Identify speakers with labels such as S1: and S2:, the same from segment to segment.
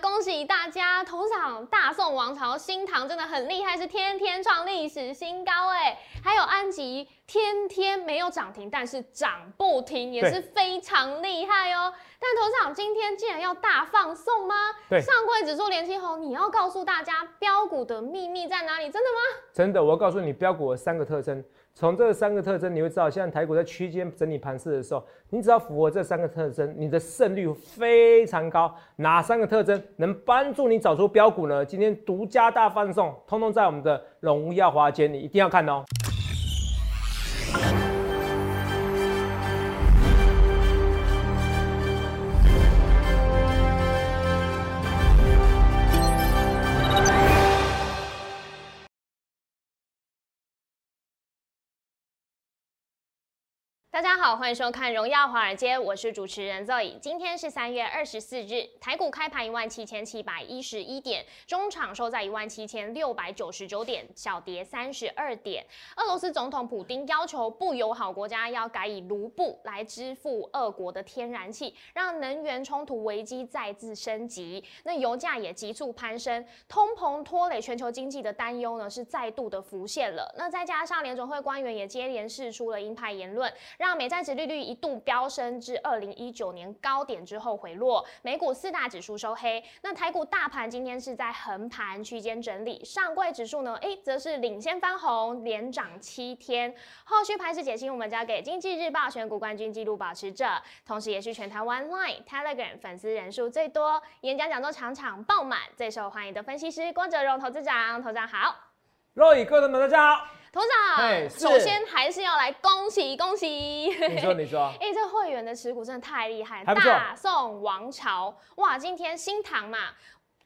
S1: 恭喜大家！头场大宋王朝新唐真的很厉害，是天天创历史新高哎。还有安吉天天没有涨停，但是涨不停，也
S2: 对
S1: 是非常厉害哦。但头场今天竟然要大放送吗？
S2: 对
S1: 上柜指数连七红，你要告诉大家标股的秘密在哪里？真的吗？
S2: 真的，我要告诉你标股的三个特征。从这三个特征，你会知道，现在台股在区间整理盘势的时候，你只要符合这三个特征，你的胜率非常高。哪三个特征能帮助你找出标股呢？今天独家大放送，通通在我们的荣耀华尔街，你一定要看哦。
S1: 大家好，欢迎收看《荣耀华尔街》，我是主持人 Zoe。今天是三月二十四日，台股开盘一万七千七百一十一点，中场收在一万七千六百九十九点，小跌三十二点。俄罗斯总统普丁要求不友好国家要改以卢布来支付俄国的天然气，让能源冲突危机再次升级。那油价也急速攀升，通膨拖累全球经济的担忧呢是再度的浮现了。那再加上联总会官员也接连释出了鹰派言论，让美债值利率一度飙升至二零一九年高点之后回落，美股四大指数收黑。那台股大盘今天是在横盘区间整理，上柜指数呢，诶，则是领先翻红，连涨七天。后续盘势解析，我们交给经济日报选股冠军纪录保持者，同时也是全台湾 Line、Telegram 粉丝人数最多、演讲讲座场场爆满、最受欢迎的分析师郭哲荣投资长，投资长好。
S2: 若以各位们大 家好，
S1: 头长，
S2: 嘿是
S1: 首先还是要来恭喜恭喜！
S2: 你说你说，
S1: 哎、这会员的持股真的太厉害，
S2: 还不错
S1: 大宋王朝哇！今天新塘嘛，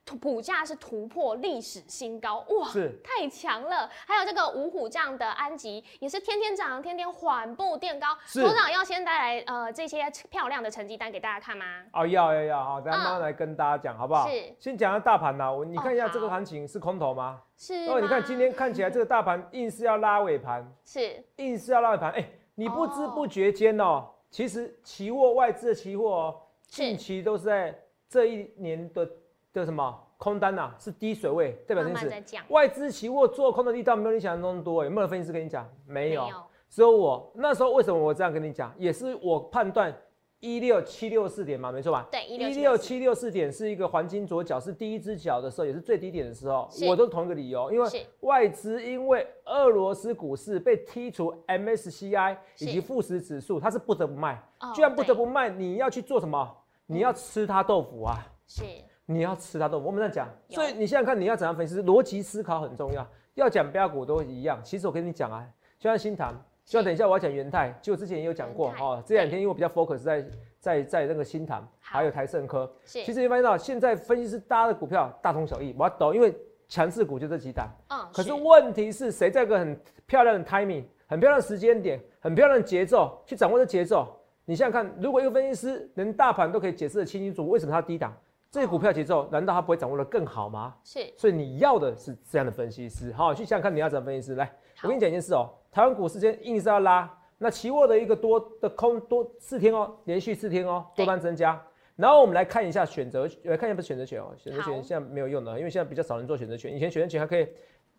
S1: 突股价是突破历史新高，哇，
S2: 是
S1: 太强了！还有这个五虎将的安吉也是天天涨，天天缓步垫高。
S2: 是
S1: 头长要先带来呃这些漂亮的成绩单给大家看吗？
S2: 哦，要要要，好，等一下
S1: 嗯
S2: 慢慢来跟大家讲，好不好？
S1: 是
S2: 先讲下大盘啦，我你
S1: 哦
S2: 看一下
S1: 好
S2: 这个行情是空头吗？
S1: 是吗
S2: 哦，你看今天看起来这个大盘硬是要拉尾盘，
S1: 是
S2: 硬是要拉尾盘。哎、你不知不觉间哦，其实期货外资的期货哦，近
S1: 是
S2: 期都是在这一年的的什么空单呐、是低水位，代表
S1: 慢
S2: 什
S1: 慢
S2: 么意
S1: 在
S2: 思？
S1: 讲，
S2: 外资期货做空的力道没有你想象中多，有没有人分析师跟你讲？没有，
S1: 有
S2: 只有我那时候为什么我这样跟你讲，也是我判断一六七六四点嘛，没错吧？
S1: 对一
S2: 一
S1: 六
S2: 六
S1: 七
S2: 七六四点是一个黄金左脚，是第一只脚的时候，也是最低点的时候
S1: 是，
S2: 我都同一个理由，因为
S1: 是
S2: 外资因为俄罗斯股市被剔除 MSCI
S1: 是
S2: 以及富时指数，它是不得不卖。
S1: 哦
S2: 居然不得不卖，你要去做什么？你要吃它豆腐啊！
S1: 是
S2: 你要吃它豆腐。我们在讲，
S1: 有
S2: 所以你想想看，你要怎样分析？逻辑思考很重要。要讲标股都一样。其实我跟你讲啊，就像新塘，就像等一下我要讲元泰，就之前也有讲过
S1: 元泰
S2: 哦。这两天因为我比较 focus 在在在那个新塘，
S1: 好
S2: 还有台盛科。
S1: 是
S2: 其实你发现到现在分析师搭的股票大同小异，我要抖，因为强势股就这几档。
S1: 嗯
S2: 可是问题是谁在一个很漂亮的 timing、很漂亮的时间点、很漂亮的节奏去掌握这节奏？你想想看，如果一个分析师连大盘都可以解释的清清楚，楚，为什么它低档？这个股票节奏难道他不会掌握的更好吗？
S1: 是
S2: 所以你要的是这样的分析师，好，去想想看你要怎样分析师。来，
S1: 好
S2: 我跟你讲一件事哦，台湾股市今天硬是要拉，那期货的一个多的空多四天哦，连续四天哦，
S1: 对
S2: 多单增加。然后我们来看一下选择，呃，看一下不是选择权哦，选择
S1: 好
S2: 权现在没有用了，因为现在比较少人做选择权，以前选择权还可以。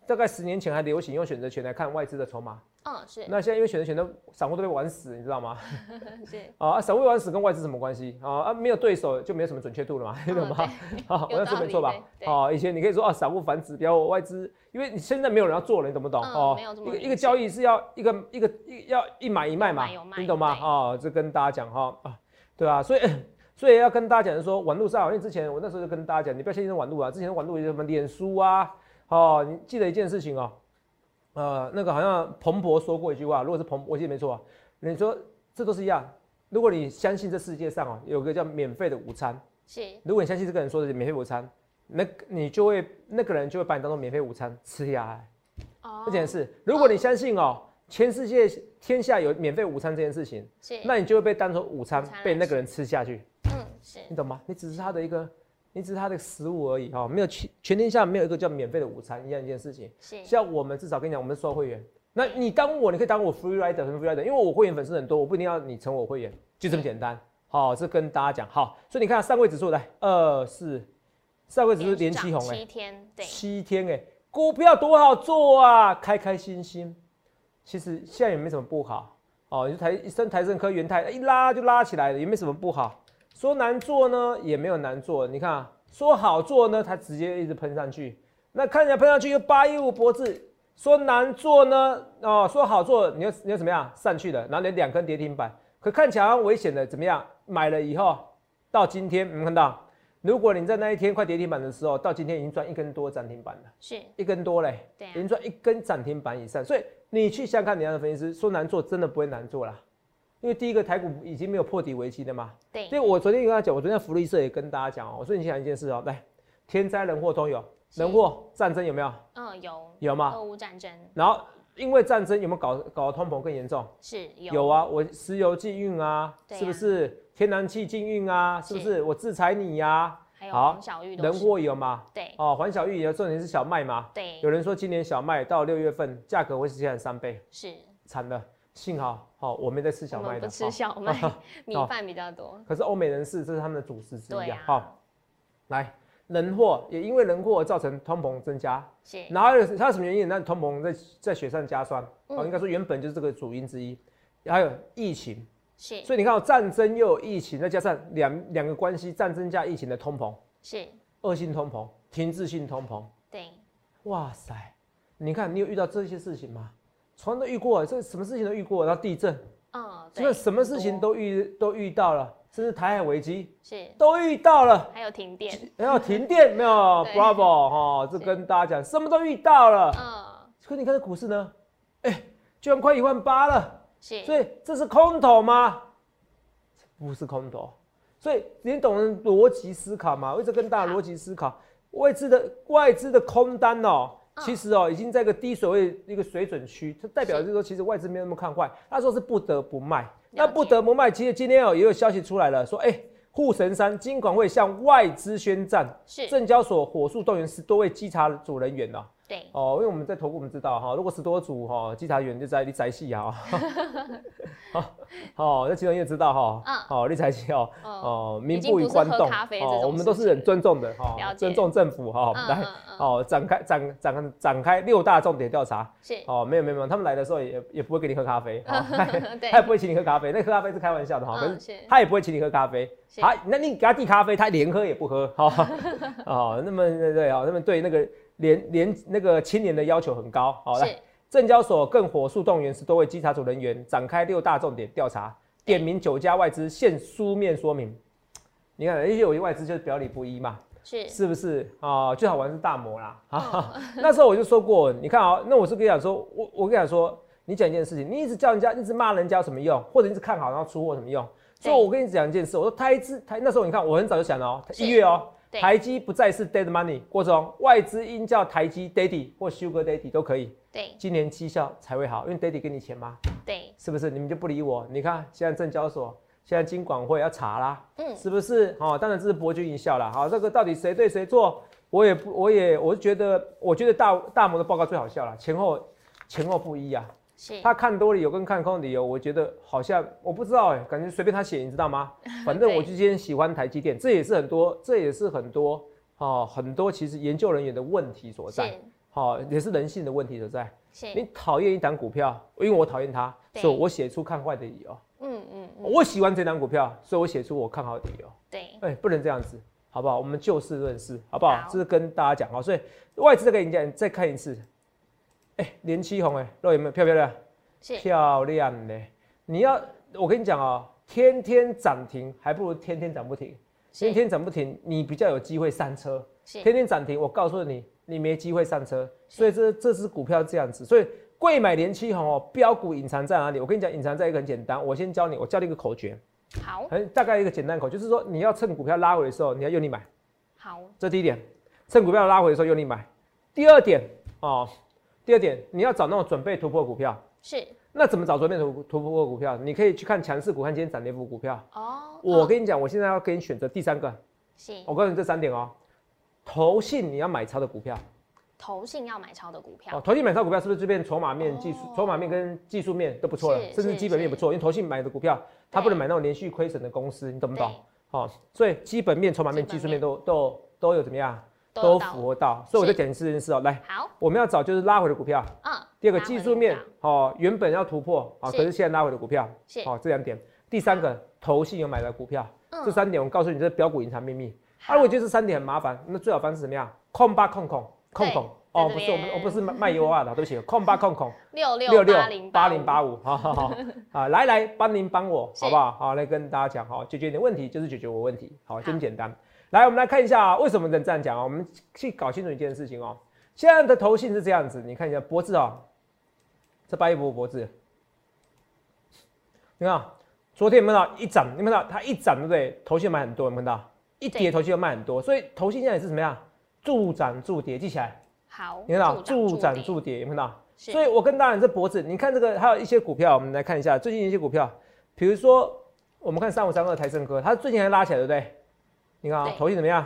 S2: 大概十年前还流行用选择权来看外资的筹码，
S1: 嗯是
S2: 那现在因为选择权都散户都被玩死，你知道吗？
S1: 是
S2: 啊，散户玩死跟外资什么关系啊？啊，没有对手就没有什么准确度 了嘛，你懂吗？好，
S1: 哦有
S2: 我要说
S1: 道
S2: 没
S1: 理
S2: 错吧
S1: 对？对
S2: 哦，以前你可以说啊，散户反指标，外资，因为你现在没有人要做了，你懂不懂？
S1: 嗯
S2: 哦
S1: 没有这么
S2: 一个一
S1: 明
S2: 个交易是要一个一个一要一买一卖嘛
S1: 有买有，卖
S2: 你懂吗？
S1: 对
S2: 哦，这跟大家讲哈啊，对啊，所以 所以要跟大家讲的是说，网络上，因为之前我那时候就跟大家讲，你不要相信网络啊，之前的网络有什么脸书啊，哦，你记得一件事情哦，呃，那个好像彭博说过一句话，如果是彭，我记得没错啊，你说这都是一样。如果你相信这世界上哦有个叫免费的午餐，
S1: 是
S2: 如果你相信这个人说的免费午餐，那你就会那个人就会把你当做免费午餐吃下来。
S1: 哦
S2: 这件事，如果你相信哦，全世界天下有免费午餐这件事情，
S1: 是
S2: 那你就会被当成午餐
S1: 午餐来
S2: 被那个人吃下去，
S1: 嗯是
S2: 你懂吗？你只是他的一个，你只是他的食物而已哦，没有全全天下没有一个叫免费的午餐一样一件事情。
S1: 是
S2: 像我们至少跟你讲，我们是收会员。那你当我，你可以当我 free rider 跟 free rider，因为我会员粉丝很多，我不一定要你成我会员，就这么简单。好、这跟大家讲。好，所以你看上位指数来二四赛会指数连七红哎、
S1: 七天，对，
S2: 七天哎、股票多好做啊，开开心心。其实现在也没什么不好哦，你就台升台盛科、元泰一拉就拉起来了，也没什么不好。说难做呢，也没有难做。你看啊，说好做呢，它直接一直喷上去。那看起来喷上去又八一五脖子，说难做呢，哦，说好做，你又你又怎么样上去了，然后连两根跌停板，可看起来好像危险的，怎么样？买了以后到今天，你们看到，如果你在那一天快跌停板的时候，到今天已经赚一根多涨停板了。
S1: 是，
S2: 一根多嘞，
S1: 对啊
S2: 已经赚一根涨停板以上。所以你去想看你那的分析师说难做，真的不会难做啦，因为第一个台股已经没有破底危机的嘛。
S1: 对
S2: 所，以我昨天跟他讲，我昨天在福利社也跟大家讲哦，我说你想一件事哦，来，天灾人祸都有，
S1: 是
S2: 人祸战争有没有？
S1: 嗯，有，
S2: 有嘛？
S1: 俄乌战争
S2: 然后因为战争有没有搞搞得通膨更严重？
S1: 是有，
S2: 有，啊，我石油禁运啊，
S1: 对啊
S2: 是不是？天然气禁运啊，是不
S1: 是
S2: 是？我制裁你呀、
S1: 还有
S2: 好
S1: 黄小玉都
S2: 人
S1: 是，
S2: 祸有嘛？
S1: 对
S2: 哦，黄小玉也有重点是小麦嘛。
S1: 对
S2: 有人说今年小麦到六月份价格会是现在三倍，
S1: 是，
S2: 惨了。幸好好、我没在吃
S1: 我
S2: 小麦
S1: 们
S2: 的，
S1: 不
S2: 好
S1: 吃小麦，米
S2: 好
S1: 饭比较多，
S2: 可是欧美人士这是他们的主食之
S1: 对
S2: 一啊
S1: 啊。
S2: 好、来人祸也因为人祸而造成通膨增加，
S1: 是，
S2: 然后有它有什么原因？那通膨在在雪上加霜，
S1: 嗯
S2: 哦，应该说原本就是这个主因之一。还有疫情，
S1: 是
S2: 所以你看、哦，战争又有疫情，再加上两两个关系，战争加疫情的通膨，
S1: 是，
S2: 恶性通膨、停滞性通膨，
S1: 对，
S2: 哇塞，你看你有遇到这些事情吗？从来都遇过，这什么事情都遇过，然后地震，
S1: 嗯，
S2: 真的
S1: 对，
S2: 什么事情
S1: 多
S2: 都遇都遇到了，甚至台海危机
S1: 是，
S2: 都遇到了，
S1: 还有停电，
S2: 然后停电没有
S1: 对
S2: ，Bravo 哈、这
S1: 是
S2: 跟大家讲，什么都遇到了。
S1: 嗯，
S2: 可你看这股市呢，哎，居然快一万八了，
S1: 是，
S2: 所以这是空头吗？不是空头，所以你懂得逻辑思考吗？我一直跟大家
S1: 好
S2: 逻辑思考，外资的外资的空单哦，
S1: 嗯
S2: 其实哦已经在一个低水位一个水准区，它代表就是说其实外资没有那么看坏，他说是不得不卖，那不得不卖，其实今天哦也有消息出来了，说哎。沪神山金管会向外资宣战，
S1: 是，
S2: 证交所火速动员十多位稽查组人员哦，
S1: 对，
S2: 哦，因为我们在投顾，我们知道哈，如果十多组哈，稽查员就在立宅系啊， 好，哦，那其中也知道哈，
S1: 嗯
S2: 好，立宅系哦，
S1: 哦，
S2: 哦，
S1: 已
S2: 民
S1: 经
S2: 不与
S1: 不是
S2: 官
S1: 喝
S2: 动
S1: 咖啡，这
S2: 哦，
S1: 种
S2: 我们都
S1: 事
S2: 是很
S1: 情
S2: 尊重的哈
S1: 了，
S2: 尊
S1: 解
S2: 重政府哈，
S1: 嗯
S2: 来
S1: 嗯嗯
S2: 哦，展开展展展开六大重点调查，
S1: 是，
S2: 哦，没有没有没有，他们来的时候也也不会给你喝咖啡， 哦
S1: 嗯对
S2: 他也不会请你喝咖啡，那喝咖啡是开玩笑的哈，可
S1: 嗯，
S2: 是
S1: 是，
S2: 他也不会请你喝咖啡。
S1: 是
S2: 好，那你给他递咖啡，他连喝也不喝，哈、哦，那么对对哦，那么对那个连连那个青年的要求很高，好、来，
S1: 是，
S2: 证交所更火速动员十多位稽查组人员展开六大重点调查，点名九家外资现书面说明。你看，而且有些外资就是表里不一嘛，
S1: 是，嗯
S2: 是不是啊、最好玩是大摩啦。啊， 那时候我就说过，你看啊、那我是跟你讲说，我我跟你讲说，你讲一件事情，你一直叫人家，一直骂人家有什么用？或者一直看好然后出货有什么用？所以
S1: 对
S2: 我跟你讲一件事，我说台资台那时候你看，我很早就想了哦，
S1: 是
S2: 一月哦，
S1: 对
S2: 台积不再是 dead money，郭总，外资应叫台积 daddy 或 sugar daddy 都可以，
S1: 对，
S2: 今年绩效才会好，因为 daddy 给你钱嘛，
S1: 对，
S2: 是不是？你们就不理我？你看现在证交所，现在金管会要查啦，
S1: 嗯，
S2: 是不是？好、当然这是博君一笑啦。好，这个到底谁对谁错，我也不，我也，我觉得，我觉得大大摩的报告最好笑了，前后前后不一啊。
S1: 是，
S2: 他看多理由跟看空理由，我觉得好像我不知道哎、感觉随便他写，你知 道吗？反正我
S1: 对
S2: 就今天喜欢台积电，这也是很多，这也是很多哦，很多其实研究人员的问题所在，
S1: 是，
S2: 好、也是人性的问题所在。
S1: 是，
S2: 你讨厌一档股票，因为我讨厌它，
S1: 对
S2: 所以我写出看坏的理由。
S1: 嗯嗯嗯，
S2: 我喜欢这档股票，所以我写出我看好的理由。
S1: 对，
S2: 哎、不能这样子，好不好？我们就事论事，好不好？
S1: 好
S2: 这是跟大家讲啊，所以外资再跟你讲，再看一次。哎、连七红哎、肉有没有漂不漂亮？
S1: 是，
S2: 漂亮嘞！你要我跟你讲哦，天天涨停还不如天天涨不停，
S1: 是
S2: 天天涨不停你比较有机会上车。
S1: 是，
S2: 天天涨停，我告诉你，你没机会上车。所以这这只股票这样子，所以贵买连七红哦，标股隐藏在哪里？我跟你讲，隐藏在一个很简单，我先教你，我教你一个口诀。
S1: 好，
S2: 很大概一个简单口，就是说你要趁股票拉回的时候，你要用力买，
S1: 好，
S2: 这第一点；趁股票拉回的时候用力买。第二点哦，第二点你要找那种准备突破的股票。
S1: 是，
S2: 那怎么找准备突突破的股票？你可以去看强势股，看今天涨跌幅股票。
S1: 哦，
S2: 我
S1: 嗯
S2: 跟你讲，我现在要给你选择第三个，
S1: 是
S2: 我告诉你这三点哦。投信你要买超的股票
S1: 投信要买超的股
S2: 哦，
S1: 票，
S2: 投信买超股票是不是这边筹码面、
S1: 哦
S2: 技术、筹码面跟技术面都不错了，
S1: 是
S2: 甚至
S1: 是
S2: 基本面
S1: 是
S2: 不错？因为投信买的股票，它
S1: 对
S2: 不能买那种连续亏损的公司，你懂不懂哦
S1: 对？
S2: 好、所以基本面、筹码面、
S1: 基本
S2: 技
S1: 面
S2: 术面都都有都有怎么样？
S1: 都有
S2: 都
S1: 到
S2: 符合到，所以我就是检视这件事哦。来，
S1: 好，
S2: 我们要找就是拉回的股票。
S1: 嗯，
S2: 第二个
S1: 拉
S2: 技
S1: 回
S2: 术
S1: 股
S2: 面
S1: 票，
S2: 哦，原本要突破，好、
S1: 是
S2: 可是现在拉回的股票，
S1: 是
S2: 好、这两点。第三个，投信有买的股票，
S1: 嗯
S2: 这三点我告诉你，这是标股隐藏秘密。
S1: 好
S2: 啊，我觉得这三点很麻烦，那最好方式怎么样？控八控控控控。
S1: 对
S2: 哦，
S1: 在
S2: 不
S1: 这
S2: 是，我们
S1: 边
S2: 我不是卖卖油啊的，对不起，控八控控
S1: 六六八零
S2: 八零八 五，好好好，啊，来来，帮您帮我，
S1: 是
S2: 好不好？好，来跟大家讲，好，解决你的问题就是解决我的问题，好，
S1: 好
S2: 真简单。来，我们来看一下啊为什么能这样讲啊？我们去搞清楚一件事情哦。现在的头信是这样子，你看一下脖子哦，这八一博脖子，你看啊昨天有没有看到一涨？你有没有看到它一涨，对不对？头信买很多，有没有看到？一跌头信就卖很多，所以头信现在也是怎么样？助涨助跌，记起来，
S1: 好，
S2: 你看到助涨
S1: 跌
S2: 助跌，有没有看到？
S1: 是
S2: 所以我跟大家讲这脖子，你看这个还有一些股票，我们来看一下最近一些股票，比如说我们看三五三二台盛科，它最近还拉起来，对不对？你看啊、
S1: 对
S2: 投信怎么样？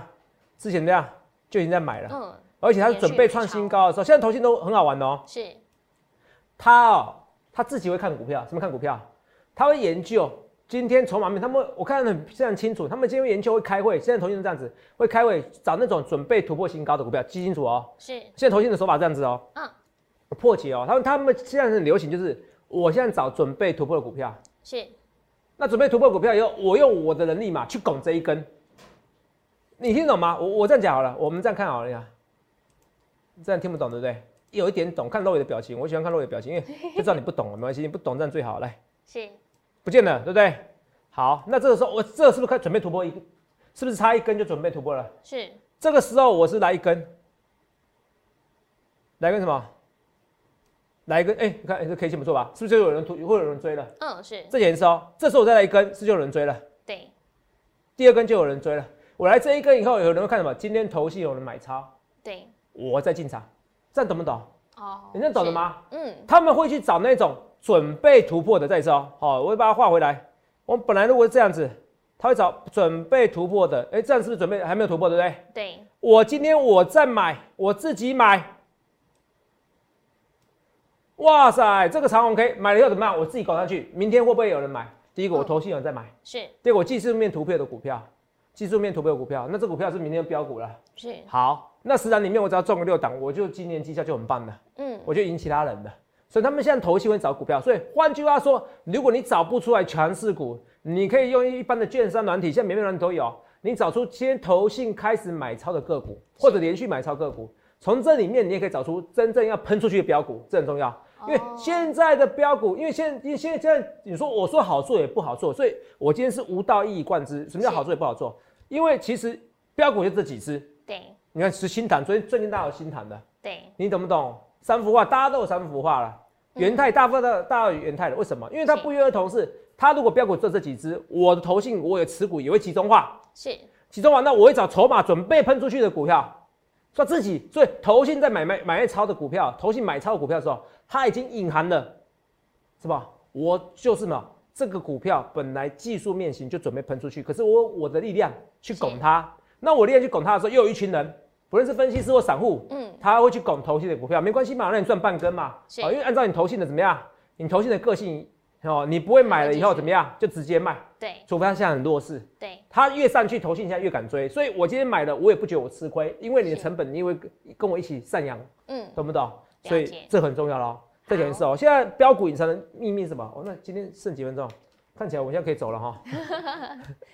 S2: 之前怎么样就已经在买了，
S1: 嗯，
S2: 而且它是
S1: 连续
S2: 准备
S1: 买
S2: 创
S1: 超
S2: 新高的时候，现在投信都很好玩哦，
S1: 是
S2: 他哦他自己会看股票，什么看股票？他会研究今天筹码面，他们我看得很非常清楚，他们今天会研究会开会，现在投信是这样子，会开会找那种准备突破新高的股票，记清楚哦。
S1: 是，
S2: 现在投信的手法这样子哦，
S1: 嗯，
S2: 破解哦。他们他们现在很流行，就是我现在找准备突破的股票，
S1: 是
S2: 那准备突破股票以后，我用我的能力嘛去拱这一根，你听懂吗？我我这样讲好了，我们这样看好了呀，你这样听不懂对不对？有一点懂，看肉爷的表情，我喜欢看肉爷的表情，因为就知道你不懂，没关系，你不懂这样最好。来，
S1: 是，
S2: 不见了，对不对？好，那这个时候我这个是不是快准备突破一，是不是差一根就准备突破了？
S1: 是
S2: 这个时候我是来一根，来一根什么？来一根，哎、你看、哎这 K 线不错吧？是不是就有人突，会有人追了？
S1: 嗯，是
S2: 这也是哦，这时候我再来一根，是不是就有人追了？
S1: 对，
S2: 第二根就有人追了。我来这一根以后，有人会看什么？今天投信有人买超，
S1: 对，
S2: 我再进场，这样懂不懂？
S1: 哦，
S2: 你这样懂了
S1: 是？
S2: 吗？
S1: 嗯，
S2: 他们会去找那种准备突破的，再一次哦，好、我会把它画回来。我们本来如果是这样子，他会找准备突破的，哎，这样是不是准备还没有突破，对不对？
S1: 对，
S2: 我今天我在买，我自己买。哇塞，这个长虹 K 买了以后怎么样？我自己搞上去，明天会不会有人买？第一个，我投信有人在买；
S1: 是
S2: 第二个，我技术面图片的股票，技术面图片的股票，那这股票是明天的标股了。
S1: 是，
S2: 好，那十档里面我只要中个六档，我就今年绩效就很棒了，
S1: 嗯，
S2: 我就赢其他人了。所以他们现在投信会找股票，所以换句话说，如果你找不出来强势股，你可以用一般的券商软体，现在每面软体都有，你找出先投信开始买超的个股，或者连续买超个股，从这里面你也可以找出真正要喷出去的标股，这很重要。因为
S1: 哦
S2: 现在的标股，因为现因为现在现在你说我说好做也不好做，所以我今天是无道一以贯之。什么叫
S1: 是
S2: 好做也不好做？因为其实标股就这几只，
S1: 对
S2: 你看是新塘，昨天最近大家有新塘的，
S1: 对
S2: 你懂不懂？三幅画，大家都有三幅画了。元泰大幅的大于元泰的，为什么？因为它
S1: 嗯是
S2: 不约而同是，它如果标股做这几只，我的投信我有持股也会集中化，
S1: 是，
S2: 集中完那我会找筹码准备喷出去的股票，说自己所以投信在买卖买卖超的股票，投信买超的股票的时候，它已经隐含了什么？我就是什么这个股票本来技术面型就准备喷出去，可是我有我的力量去拱
S1: 是
S2: 它，那我力量去拱它的时候，又有一群人，不论是分析师或散户，
S1: 嗯，
S2: 他会去拱投信的股票，没关系嘛，那你赚半根嘛。哦
S1: 是
S2: 因为按照你投信的怎么样，你投信的个性哦，你不会买了以后怎么样就直接卖，
S1: 对
S2: 除非他现在很弱势，
S1: 对
S2: 他越上去，投信现在越敢追，所以我今天买了，我也不觉得我吃亏，因为你的
S1: 是
S2: 成本你也会跟跟我一起上扬，
S1: 嗯，
S2: 懂不懂？
S1: 解
S2: 所以这很重要咯。再讲一次哦，现在标股隐藏的秘密是什么？哦，那今天剩几分钟？看起来我现在可以走了哈，哦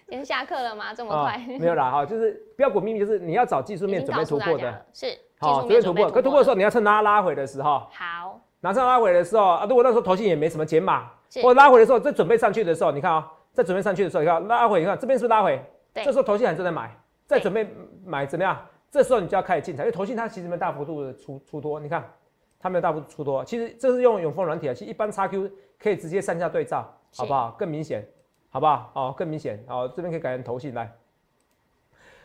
S1: 今天下课了吗？这么快？
S2: 没有啦哈，就是标股秘密就是你要找技 术
S1: 已
S2: 啊面
S1: 经
S2: 准
S1: 告
S2: 备
S1: 诉
S2: 突
S1: 大
S2: 破
S1: 家
S2: 的，
S1: 了是，
S2: 好，
S1: 技术面
S2: 准备突破，可突破的时候你要趁它拉回的时候，
S1: 好
S2: 拿上拉回的时候，啊，如果那时候头信也没什么减码，
S1: 是
S2: 或者拉回的时候，再准备上去的时候，你看啊、再准备上去的时候，你看拉回，你看这边是不是拉回，
S1: 对
S2: 这时候头信还正在买，
S1: 对
S2: 再准备买怎么样？这时候你就要开始进场，因为头信它其实没有大幅度的出出多，你看它没有大幅度出多，其实这是用永丰软体啊，其实一般 XQ 可以直接上下对照，
S1: 是
S2: 好不好？更明显，好不好？哦，更明显，哦，这边可以改成头信来，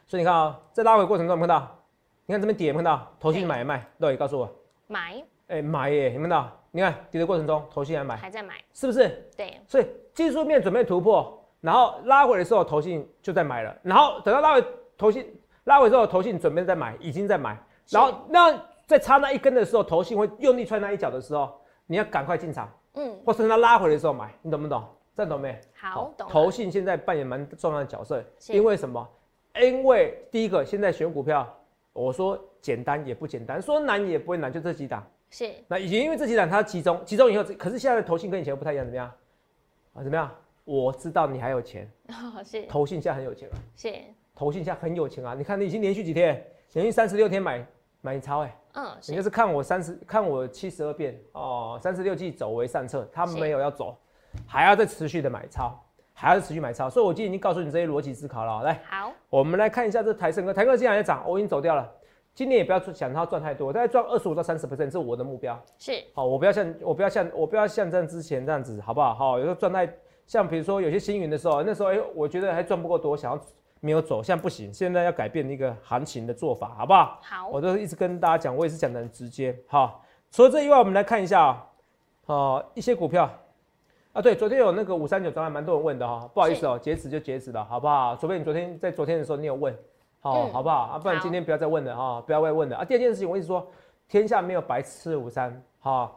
S2: 所以你看啊、在拉回过程中有没有看到，你看这边底有没有看到，头信
S1: 对
S2: 买卖，对，告诉我。
S1: 买
S2: 哎、买耶，你们的，你看跌的过程中，投信还买，
S1: 还在买，
S2: 是不是？
S1: 对
S2: 所以技术面准备突破，然后拉回的时候，投信就在买了，然后等到拉回投信拉回之后，投信准备再买，已经在买，
S1: 是
S2: 然后那在插那一根的时候，投信会用力踹那一脚的时候，你要赶快进场，
S1: 嗯，
S2: 或是它拉回的时候买，你懂不懂？这样懂没？
S1: 好懂了
S2: 投信现在扮演蛮重要的角色，
S1: 是
S2: 因为什么？因为第一个，现在选股票，我说简单也不简单，说难也不会难，就这几档。
S1: 是
S2: 那也因为这几档它集中，集中以后，可是现在的投信跟以前不太一样，怎么样？啊，怎么样？我知道你还有钱，
S1: 哦是
S2: 投信现在很有钱了，啊
S1: 是，
S2: 投信现在很有钱啊！你看你已经连续几天，连续三十六天买买超、哎，
S1: 嗯
S2: 人
S1: 是
S2: 家是看我三十，看我七十二变哦，三十六计走为上策，他
S1: 是
S2: 没有要走，还要再持续的买超，还要持续买超，所以我今天已经告诉你这些逻辑思考了，来。
S1: 好
S2: 我们来看一下这台盛科，台盛科现在还在涨，我已经走掉了。今年也不要想它赚太多，大概赚二十五到三十 percent 是我的目标。
S1: 是
S2: 好，我不要像我不要像我不要像这样之前这样子，好不好？好，有时候赚太像比如说有些星云的时候，那时候哎、我觉得还赚不够多，想要没有走，现在不行，现在要改变一个行情的做法，好不好？
S1: 好
S2: 我都一直跟大家讲，我也是讲的很直接。好，除了这以外，我们来看一下啊、哦，一些股票啊，对，昨天有那个五三九，当然蛮多人问的哈、不好意思哦，截止就截止了，好不好？除非你昨天在昨天的时候你有问，好、
S1: 嗯
S2: 好不好？啊，不然
S1: 好
S2: 今天不要再问了啊、不要再问了啊。第二件事情，我一直说，天下没有白吃的午餐，哈、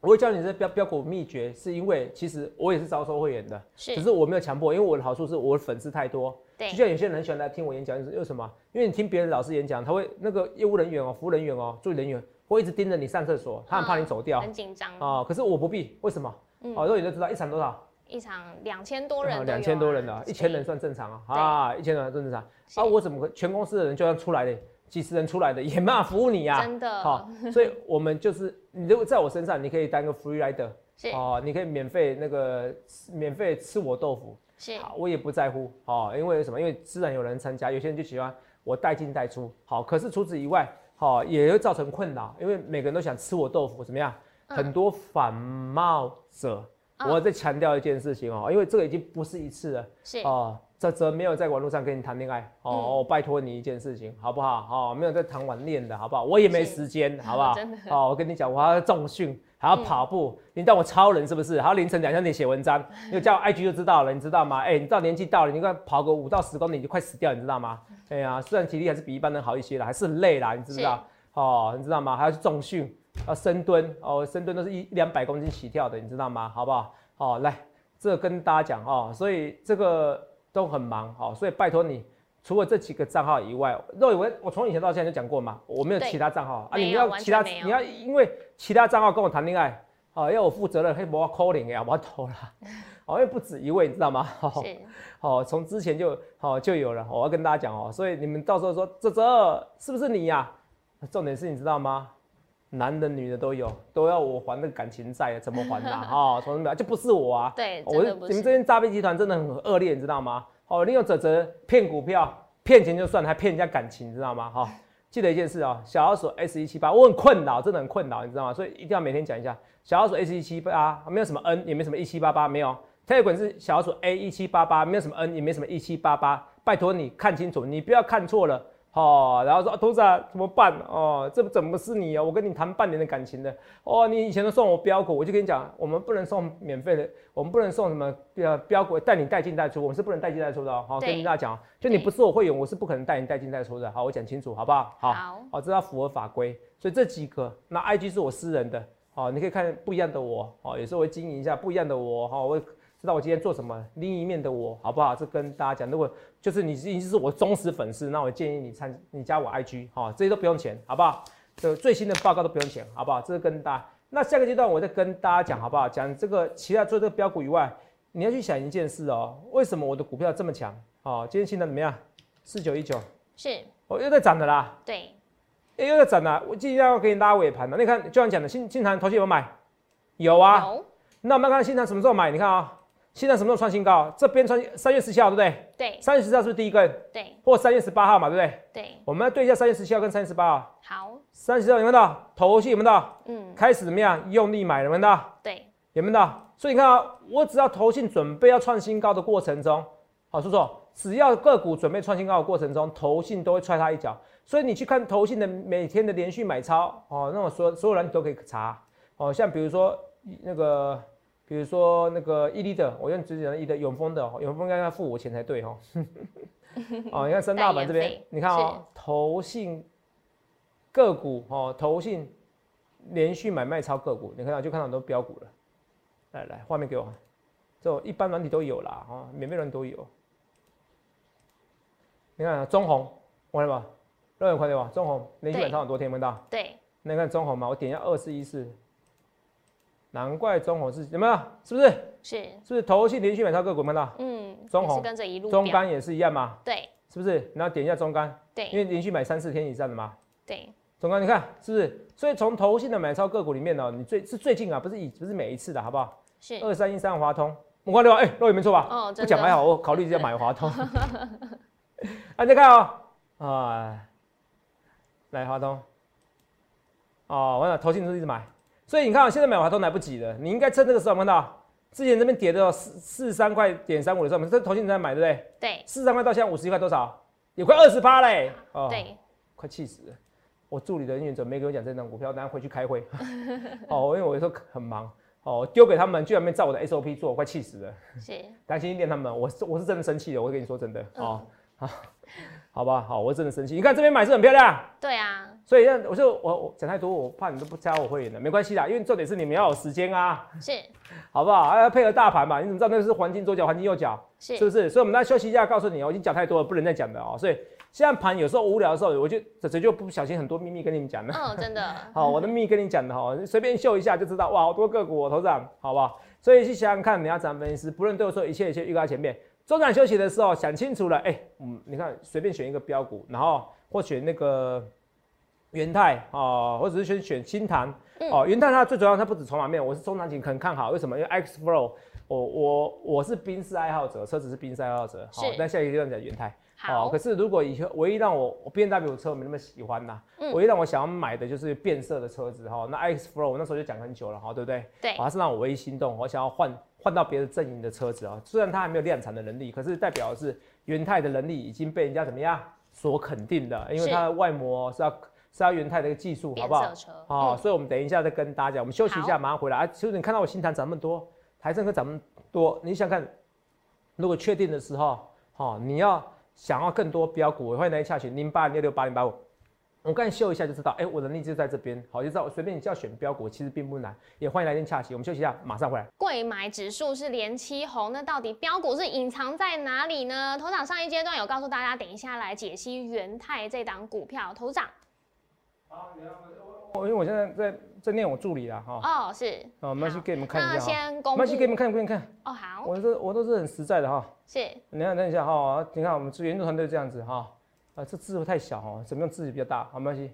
S2: 我会教你这标标股秘诀，是因为其实我也是招收会员的，只
S1: 是
S2: 是我没有强迫，因为我的好处是我的粉丝太多，
S1: 对
S2: 就像有些人很喜欢来听我演讲，就是为什么？因为你听别人老师演讲，他会那个业务人员哦、服务人员哦、助理人员会一直盯着你上厕所，他很怕你走掉啊、
S1: 很紧张
S2: 可是我不必，为什么？
S1: 嗯
S2: 哦，肉眼就知道一场多少，
S1: 一场两千多人都有啊，
S2: 两千多人啊，一千人
S1: 所
S2: 算正常啊，
S1: 对
S2: 啊，一千人算正常
S1: 是
S2: 啊，我怎么会全公司的人就算出来的，几十人出来的也没办法服务你
S1: 以
S2: 呀、
S1: 真的
S2: 啊好、所以我们就是，你如果在我身上，你可以当个 free rider
S1: 是
S2: 哦，你可以免费那个免费吃我豆腐，
S1: 是
S2: 好，我也不在乎哦，因为什么？因为自然有人参加，有些人就喜欢我带进带出。好，可是除此以外，好、也会造成困扰，因为每个人都想吃我豆腐，怎么样？
S1: 嗯
S2: 很多反冒者，
S1: 嗯
S2: 我再强调一件事情哦，因为这个已经不是一次了
S1: 是
S2: 哦。泽泽没有在网络上跟你谈恋爱哦，
S1: 嗯
S2: 我拜托你一件事情，好不好？哦，没有在谈网恋的，好不好？我也没
S1: 是
S2: 时间，好不好？
S1: 真的
S2: 哦，我跟你讲，我还要重训，还要跑步，你当我超人是不是？还要凌晨两三点写文章，你有加我 IG 就知道了，你知道吗？哎、你到年纪到了，你快跑个五到十公里，你就快死掉，你知道吗？哎呀、虽然体力还是比一般人好一些啦，还是很累啦，你知不知道？哦，你知道吗？还要去重训，要深蹲，哦，深蹲都是一一两百公斤起跳的，你知道吗？好不好？哦，来，这个跟大家讲哦，所以这个都很忙，哦，所以拜托你。除了这几个账号以外，肉眼我我从以前到现在就讲过嘛，我没有
S1: 对
S2: 其他账号啊，
S1: 没
S2: 你
S1: 有
S2: 要
S1: 完
S2: 其他
S1: 全没有
S2: 你要因为其他账号跟我谈恋爱，哦，要我负责任，嘿，我 calling 哎呀，我 投啦，哦，因为不止一位，你知道吗？哦，
S1: 是
S2: 哦，从之前就哦就有了，我要跟大家讲哦，所以你们到时候说这这是不是你呀、重点是你知道吗？男的女的都有，都要我还那个感情债，怎么还啊？哦，从什么就不是我啊，
S1: 对，
S2: 我
S1: 真
S2: 是
S1: 的不
S2: 你
S1: 是
S2: 们这边诈骗集团真的很恶劣，你知道吗？哦，利用泽泽骗股票、骗钱就算，还骗人家感情，你知道吗？哈、记得一件事哦，小老鼠 S 一七八，我很困扰，真的很困扰，你知道吗？所以一定要每天讲一下，小老鼠 S 一七八，啊没有什么 N，也没什么一七八八，没有。Telegram 是小老鼠 A 一七八八，没有什么 N，也没什么一七八八。拜托你看清楚，你不要看错了哦。然后说，啊投资啊，怎么办？哦，这怎么是你哦？我跟你谈半年的感情的哦，你以前都送我标股，我就跟你讲，我们不能送免费的，我们不能送什么呃标股带你带进带出，我们是不能带进带出的哦。好、
S1: 对
S2: 跟大家讲哦，就你
S1: 对
S2: 不是我会员，我是不可能带你带进带出的。好，我讲清楚，好不好？好，
S1: 好
S2: 哦，这要符合法规，所以这几个，那 IG 是我私人的，哦，你可以看不一样的我，哦，有时候我会经营一下不一样的我，哈、哦，我会知道我今天做什么，另一面的我，好不好？这跟大家讲，如果就是你已经是我忠实粉丝，那我建议你参，你加我 IG，哈、哦，这些都不用钱，好不好？这最新的报告都不用钱，好不好？这是跟大家，那下个阶段我再跟大家讲，好不好？讲这个其他做这个标股以外，你要去想一件事哦，为什么我的股票这么强？哦，今天新的怎么样？四九一九，
S1: 是，
S2: 哦，又在涨的啦。
S1: 对，
S2: 哎、又在涨了，我尽量给你拉尾盘了。你看，就像讲的，新新塘投信有没有买？有啊。
S1: 有
S2: 那我们要看新塘什么时候买？你看啊、新塘什么时候创新高？这边创三月十七号，对不对？
S1: 对
S2: 三月十七号是不是第一根？
S1: 对
S2: 或三月十八号嘛，对不对？
S1: 对，
S2: 我们要对一下三月十七号跟三月十八号。
S1: 好，
S2: 三十号有没有到？投信有没有到？
S1: 嗯，
S2: 开始怎么样？用力买有没有到？
S1: 对，
S2: 有没有到？所以你看啊、我只要投信准备要创新高的过程中，好，叔叔，只要个股准备创新高的过程中，投信都会踹它一脚。所以你去看投信的每天的连续买超，哦，那我所所有人都可以查，哦，像比如说那个，比如说那个伊利的，我用直接讲伊利的永丰的，哦永丰应该要付我钱才对哦。 哦，你看三大板这
S1: 代
S2: 边
S1: 言费，
S2: 你看哦，投信个股哦，投信连续买卖超个股，你看到就看到很多标股了。来来，画面给我，这种一般软体都有啦，哦，免费软体都有。你你看啊中红，完了吧？肉眼快对吧？中红连续反超很多天，有没有看到？
S1: 对，
S2: 那你看中红嘛，我点一下二四一四，难怪中红是有没有？是不是？
S1: 是，
S2: 是不是投信连续买超个股有没有看到？
S1: 嗯，
S2: 中
S1: 也是
S2: 红
S1: 跟着一路
S2: 中
S1: 飙
S2: 钢也是一样嘛，
S1: 对
S2: 是不是？然后点一下中钢，因
S1: 对
S2: 为连续买三四天以上的嘛。
S1: 对，
S2: 中钢你看是不是？所以从投信的买超个股里面呢、你最是最近啊，不是以不是每一次的好不好？
S1: 是，
S2: 二三一三华通，我看六哎，肉眼没错吧？
S1: 哦
S2: 不
S1: 真
S2: 讲
S1: 的
S2: 还好，我考虑一下买华通。啊，你再看哦，啊、来华通，哦，完了，投信都一直买，所以你看、啊，现在买华通来不及了，你应该趁这个时候，有没有看到之前这边跌到四四十三块点三五的时候，我们这投信在买，对不对？
S1: 对
S2: 四十三块到现在五十一块多少？也快二十八嘞，哦，
S1: 对，
S2: 快气死了！我助理的人员准备跟我讲这张股票，等下回去开会。哦，因为我有时候很忙，哦，丢给他们居然没照我的 SOP 做，我快气死了。
S1: 是
S2: 担心练他们，我是我是真的生气的，我会跟你说真的。
S1: 嗯
S2: 哦， 好，好吧，好，我真的生气。你看这边买是很漂亮，
S1: 对啊，
S2: 所以呃让我就我我讲太多，我怕你都不加我会员的，没关系啦，因为重点是你们要有时间啊，
S1: 是
S2: 好不好？还要配合大盘嘛，你怎么知道那是黄金左脚、黄金右脚？
S1: 是
S2: 是不是？所以我们来休息一下，告诉你哦，我已经讲太多了，不能再讲的哦。所以现在盘有时候无聊的时候，我就这这就不小心很多秘密跟你们讲了。
S1: 嗯，真 的，
S2: 好，我的秘密跟你讲的哈，随便秀一下就知道，哇，好多个股我头上，好不好？所以去想想看，你要怎么分析，不论对我说一切一切预告在前面，中场休息的时候想清楚了，哎、嗯，你看随便选一个标股，然后或选那个元泰哦，或者是选选新塘
S1: 嗯
S2: 哦，元泰它最主要它不止筹码面，我是中长期很看好，为什么？因为 X Flow。我我我是宾士爱好者，车子是宾士爱好者。好
S1: 是，
S2: 那下一个地方讲元泰。哦，
S1: 好
S2: 可，是如果以后唯一让我我 B N W 车我没那么喜欢呐、
S1: 嗯
S2: 唯一让我想要买的就是变色的车子哈、那 X Flow 我那时候就讲很久了哈、对不对？
S1: 对
S2: 哦它是让我唯一心动，我想要换换到别的阵营的车子啊、虽然它还没有量产的能力，可是代表的是元泰的能力已经被人家怎么样所肯定的，因为
S1: 是
S2: 它的外模是要是要元泰的一个技术，好
S1: 变
S2: 不好
S1: 色？车，
S2: 哦，
S1: 嗯
S2: 所以我们等一下再跟大家讲，我们休息一下，
S1: 好
S2: 马上回来。啊，其实你看到我新谈涨那么多，台政跟涨那么多，你想看，如果确定的时候，哦，你要想要更多标股，我欢迎来洽询零八零六六八零八五。我刚才秀一下就知道，哎、我的能力就在这边，好，就知道随便你要选标股，其实并不难，也欢迎来电洽询。我们休息一下，马上回来。
S1: 贵买指数是连七红，那到底标股是隐藏在哪里呢？头长上一阶段有告诉大家，等一下来解析元泰这档股票。头长
S2: 哦，因为我现在在在念我助理啦，哈、哦，
S1: 哦，是，
S2: 我们去
S1: 好
S2: 给你们看
S1: 那
S2: 一下哈，
S1: 先公布
S2: 们去给你们看，给你们看，
S1: 哦，好，
S2: 我这我都是很实在的哈、
S1: 是
S2: 你看，等一下哈、你看我们原著团队这样子哈、啊，这字太小哦，怎么用字比较大？好，没关系，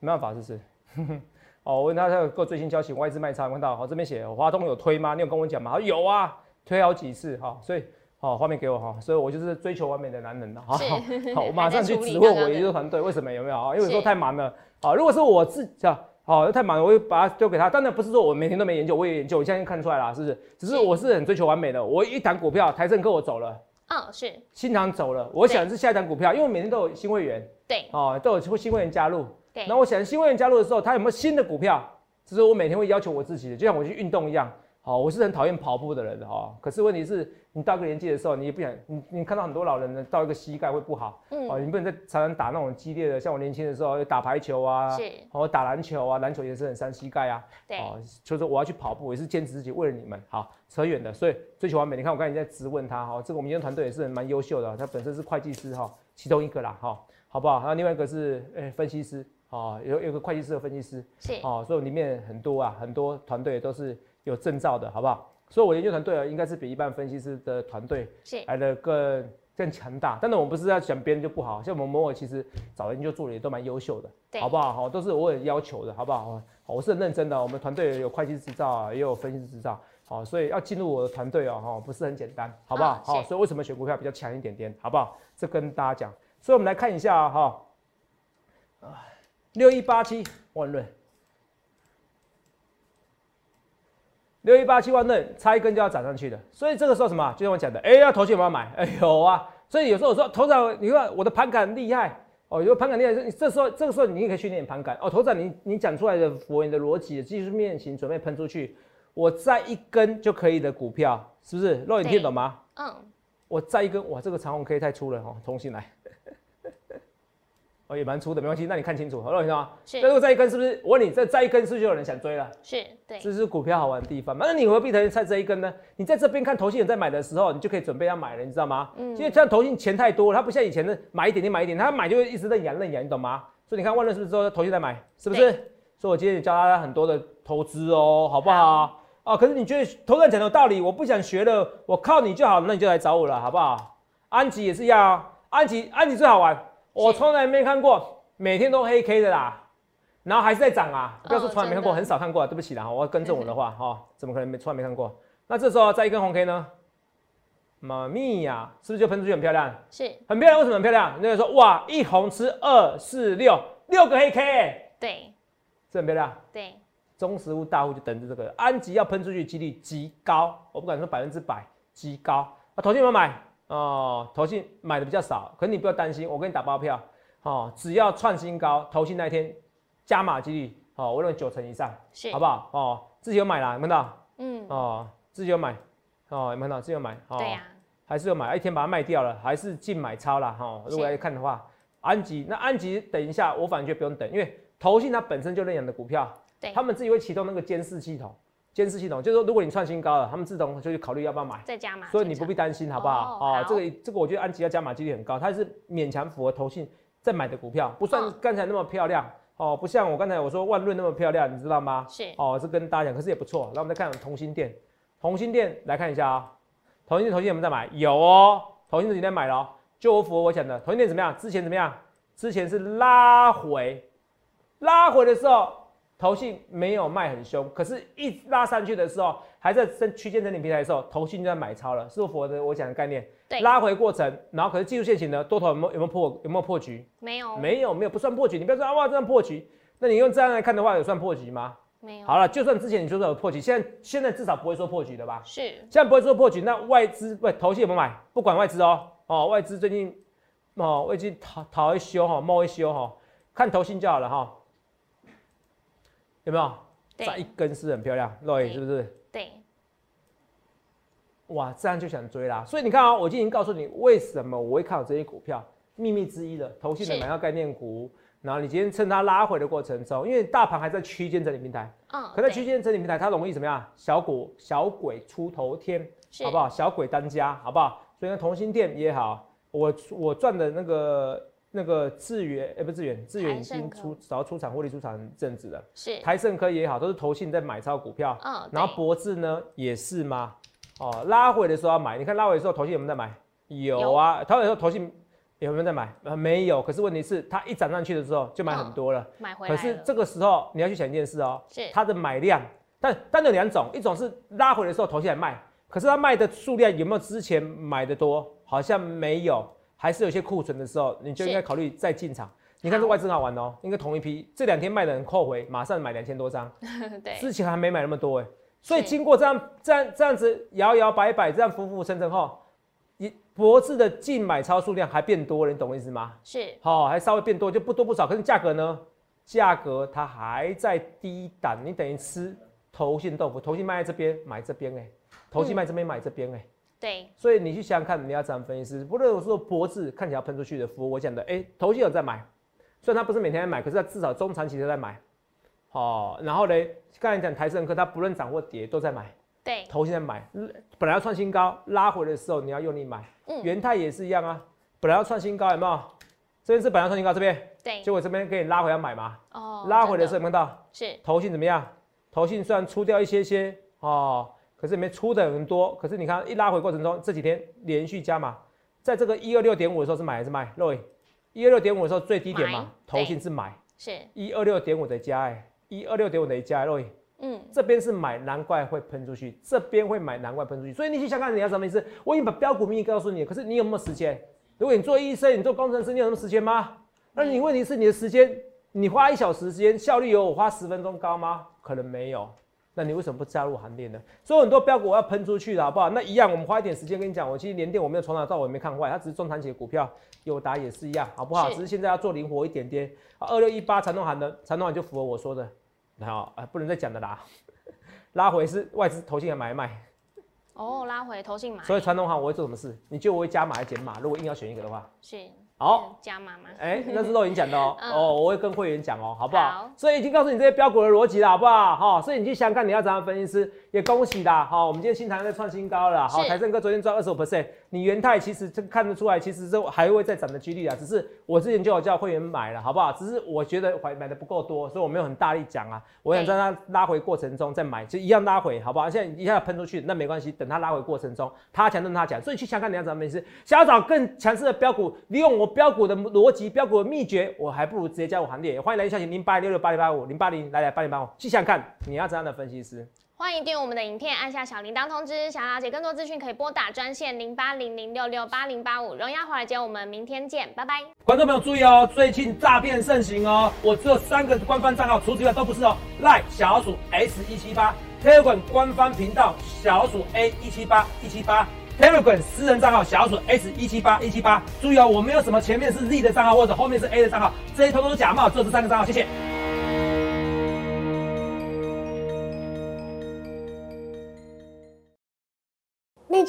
S2: 没办法，是不是？ 哦，我问他他有给我最新消息，我外资卖差，有看到好、这边写华东有推吗？你有跟我讲吗？他说有啊，推好几次哈、所以好画、面给我哈、所以我就是追求完美的男人了哈。
S1: 是
S2: 好、我马
S1: 还在
S2: 上去
S1: 处理
S2: 质
S1: 刚
S2: 问
S1: 刚
S2: 我
S1: 的
S2: 研究团队为什么有没有啊？因为有时候
S1: 是
S2: 太忙了。好、如果是我自己啊，好、太忙了，我会把它丢给他。当然不是说我每天都没研究，我也研究，我现在就看出来了，是不是？只是
S1: 是
S2: 我是很追求完美的，我一谈股票，台盛跟我走了。
S1: 嗯，是
S2: 新塘走了，我想是下一档股票，因为我每天都有新会员
S1: 对
S2: 哦，都有新会员加入。
S1: 对
S2: 然后我想新会员加入的时候，他有没有新的股票？这是我每天会要求我自己的，就像我去运动一样。好、我是很讨厌跑步的人哦。可是问题是，你到一个年纪的时候，你也不想，你你看到很多老人呢，到一个膝盖会不好、哦，
S1: 嗯
S2: 你不能再常常打那种激烈的，像我年轻的时候打排球啊，
S1: 是
S2: 哦打篮球啊，篮球也是很伤膝盖啊。
S1: 对，
S2: 哦，就是我要去跑步，也是坚持自己，为了你们。好，扯远了，所以追求完美。你看我刚才在质问他哈、哦，这个我们今天团队也是蛮优秀的哦，他本身是会计师哈、哦，其中一个啦哈、哦，好不好？然后另外一个是呃、分析师哦，有有个会计师的分析师
S1: 是
S2: 哦，所以里面很多啊，很多团队都是有证照的，好不好？所以我研究团队啊，应该是比一般分析师的团队
S1: 是
S2: 来的更更强大。当然，我们不是要讲别人就不好，像我们某某其实找研究助理都蛮优秀
S1: 对
S2: 的，好不好？好，都是我有要求的，好不好？好，我是很认真的。我们团队有会计执照啊，也有分析执照，好，所以要进入我的团队哦，哈，不是很简单，好不好
S1: 啊？是
S2: 好，所以为什么选股票比较强一点点，好不好？这跟大家讲。所以我们来看一下啊哈、六一八七万润，六一八七万润差一根就要涨上去的，所以这个时候什么啊，就像我讲的，哎、要投信有没有买？哎、有啊，所以有时候我说头长，你看我的盘感厉害哦，有盘感厉害，你这时候这个时候你也可以训练盘感哦，头长你你讲出来的符合你的逻辑，技术面型准备喷出去，我再一根就可以的股票，是不是？肉眼听得懂吗？
S1: 嗯
S2: 我再一根，哇，这个长虹 K 太粗了哦，重新来。哦，也蛮粗的，没关系。那你看清楚，好了，你知道吗？
S1: 是
S2: 那如果再一根，是不是？我问你，再再一根，是不是就有人想追了？
S1: 是对，
S2: 这是股票好玩的地方嘛。那你何必特别在这一根呢？你在这边看投信人在买的时候，你就可以准备要买了，你知道吗？
S1: 嗯
S2: 因为像投信钱太多了，他不像以前的买一点点买一点，他买就会一直认养认养，你懂吗？所以你看万润是不是说投信在买，是不是？所以我今天也教大家很多的投资哦，好不好？啊，可是你觉得投资人讲的有道理，我不想学了，我靠你就好，那你就来找我了，好不好？安吉也是一样啊、安吉安吉最好玩，我从来没看过，每天都黑 K 的啦，然后还是在涨啊，不要说
S1: 嗯
S2: 从来没看过，
S1: 真的
S2: 很少看过、啊，对不起啦，我要更正我的话哈、哦，怎么可能没从来没看过？那这时候啊再一根红 K 呢？妈咪呀、是不是就喷出去很漂亮？
S1: 是
S2: 很漂亮，为什么很漂亮？那个说哇，一红吃二四六，六个黑 K，欸
S1: 对
S2: 是很漂亮。
S1: 对
S2: 中实物大户就等着这个，安吉要喷出去的几率极高，我不敢说百分之百，极高。啊，投信有没有买？哦，投信买的比较少，可是你不要担心，我跟你打包票，哦，只要创新高，投信那一天加码几率，哦，我认为九成以上，
S1: 是
S2: 好，不好？哦，自己有买啦，有没有看
S1: 嗯
S2: 到？，哦，自己有买，哦，有没有看到？自己有买，哦，
S1: 对啊呀，
S2: 还是有买，一哎天把它卖掉了，还是净买超了哈、齁如果
S1: 是
S2: 来看的话，安吉那安吉等一下，我反正觉得不用等，因为投信它本身就认养的股票，
S1: 对
S2: 他们自己会启动那个监视系统，监视系统就是说，如果你创新高了，他们自动就去考虑要不要买，
S1: 再加码，
S2: 所以你不必担心，好不好？
S1: 啊哦好
S2: 这个这个我觉得安吉要加码几率很高，它是勉强符合投信在买的股票，不算
S1: 嗯
S2: 刚才那么漂亮哦，不像我刚才我说万润那么漂亮，你知道吗？
S1: 是
S2: 哦，这跟大家讲，可是也不错。那我们再看同心店，同心店来看一下啊、同心店，同心店有没有在买？有哦，同心店今天买了、哦，就我符合我讲的。同心店怎么样？之前怎么样？之前是拉回，拉回的时候，投信没有卖很凶，可是一拉上去的时候，还在整区间整理平台的时候，投信就在买超了，是不是符合的我讲的概念？
S1: 对
S2: 拉回过程，然后可是技术线型呢，多头有没有有没有破有没有破局？
S1: 没有
S2: 没有没有，不算破局。你不要说啊哇这样破局，那你用这样来看的话，有算破局吗？
S1: 没有，
S2: 好了，就算之前你说的有破局，现在现在至少不会说破局的吧？
S1: 是
S2: 现在不会说破局，那外资不投信有没有买？不管外资哦，哦，外资最近哦，外资逃逃一修哈，冒一修哈，看投信就好了哈、哦有没有？再一
S1: 对
S2: 根是很漂亮，肉眼
S1: 对
S2: 是不是？
S1: 对
S2: 哇，这样就想追啦。所以你看啊、我就已经告诉你为什么我会看好这些股票，秘密之一的投信的
S1: 是
S2: 买到概念股，然后你今天趁它拉回的过程中，因为大盘还在区间整理平台。
S1: 嗯，
S2: 可在
S1: 对
S2: 区间整理平台，它容易怎么样？小股小鬼出头天，
S1: 是
S2: 好不好？小鬼当家，好不好？所以呢，同心店也好，我我赚的那个那个智源，哎、不是智源，智源已
S1: 台盛
S2: 经
S1: 科
S2: 出早出场获利出场一阵子了。
S1: 是
S2: 台盛科也好，都是投信在买超股票，
S1: 嗯，
S2: 然后
S1: 对
S2: 博智呢也是吗？哦，拉回的时候要买，你看拉回的时候投信有没有在买？有啊，拉回的时候投信有没有在买？呃，没有。可是问题是，它一涨上去的时候就买很多了。
S1: 买哦回来
S2: 可是
S1: 了
S2: 这个时候你要去想一件事哦，
S1: 是
S2: 它的买量，但但有两种，一种是拉回的时候投信来卖，可是它卖的数量有没有之前买的多？好像没有，还是有些库存的时候，你就是应该考虑再进场。你看
S1: 好
S2: 这外资很好玩哦，应该同一批，这两天卖的很扣回，马上买两千多张，
S1: 对
S2: 之前还没买那么多哎，所以
S1: 是
S2: 经过这样这样这样子摇摇摆摆，这样浮浮沉沉后，一博智的净买超数量还变多了，你懂我意思吗？
S1: 是
S2: 好、还稍微变多，就不多不少。可是价格呢？价格它还在低档，你等于吃头性豆腐，头性卖在这边，买这边哎、头性卖这边，买这边哎、
S1: 对
S2: 所以你去想想看，你要怎样分析师？不论我说脖子看起来喷出去的服务，我讲的，哎、头性有在买，虽然它不是每天在买，可是它至少中长期都在买。哦，然后呢，刚才讲台盛科，它不论涨或跌都在买，
S1: 对
S2: 头性在买，本来要创新高，拉回的时候你要用力买。
S1: 嗯
S2: 元泰也是一样啊，本来要创新高，有没有？这边是本来要创新高，这边
S1: 对
S2: 结果这边可以拉回来买嘛？
S1: 哦
S2: 拉回的时
S1: 真
S2: 候有没有看到
S1: 是
S2: 投信怎么样？投信虽然出掉一些些哦，可是里面出的很多。可是你看一拉回过程中，这几天连续加码，在这个一二六点五的时候是买还是卖？各位，一二六点五的时候最低点
S1: 买
S2: 嘛，投信是买
S1: 是
S2: 一二六点五的加哎、一二六点五的加，各位
S1: 嗯
S2: 这边是买，难怪会喷出去；这边会买，难怪喷出去。所以你去想看你要什么意思？我已经把标股秘密告诉你了，可是你有没有时间？如果你做医生，你做工程师，你有什么时间吗？那你问题是你的时间，你花一小时时间，效率有我花十分钟高吗？可能没有。那你为什么不加入行列呢？所以很多标股我要喷出去了，好不好？那一样，我们花一点时间跟你讲。我其实连电我没有从头到尾没看坏，它只是中长期的股票，友达也是一样，好不好？
S1: 是
S2: 只是现在要做灵活一点点。啊二六一八长隆行呢，长隆行就符合我说的，好啊，不能再讲的啦。 拉回是外资投信来买卖，
S1: 哦拉回投信买
S2: 所以传统行我会做什么事？你觉得我会加码还是减码？如果硬要选一个的话，
S1: 是
S2: 好，
S3: 嗯加妈妈。
S2: 哎，那是都已经讲的哦，
S3: 嗯
S2: 哦，我会跟会员讲哦，好不好？
S3: 好
S2: 所以已经告诉你这些标股的逻辑了，好不好？哈、所以你去想想看你要怎样分析师，也恭喜啦，哈、我们今天新台在创新高了啦，好、
S3: 是
S2: 台盛哥昨天赚二十五 percent，你元泰其实这看得出来，其实这还会再涨的几率啊，只是我之前就有叫会员买了，好不好？只是我觉得还买的不够多，所以我没有很大力讲啊，我想
S3: 对
S2: 在它拉回过程中再买，就一样拉回，好不好？现在一下喷出去，那没关系，等它拉回过程中，它强任它强，所以去想看你要怎么分析师，想要找更强势的标股，利用我标股的逻辑、标股的秘诀，我还不如直接加入行列，欢迎来电下询零八六六八零八五零八零来来八零八五，去想看你要怎样的分析师。
S3: 欢迎订阅我们的影片，按下小铃铛通知。想了解更多资讯，可以拨打专线零八零零六六八零八五。荣耀华尔街，我们明天见，拜拜。
S2: 观众朋友注意哦，最近诈骗盛行哦，我只有三个官方账号，除此以外都不是哦。赖小老鼠 S 一七八，Telegram 官方频道小老鼠 A 一七八一七八，Telegram 私人账号小老鼠 S 一七八一七八。注意哦，我没有什么前面是 Z 的账号或者后面是 A 的账号，这些通通都假冒，只有这三个账号，谢谢。
S1: 立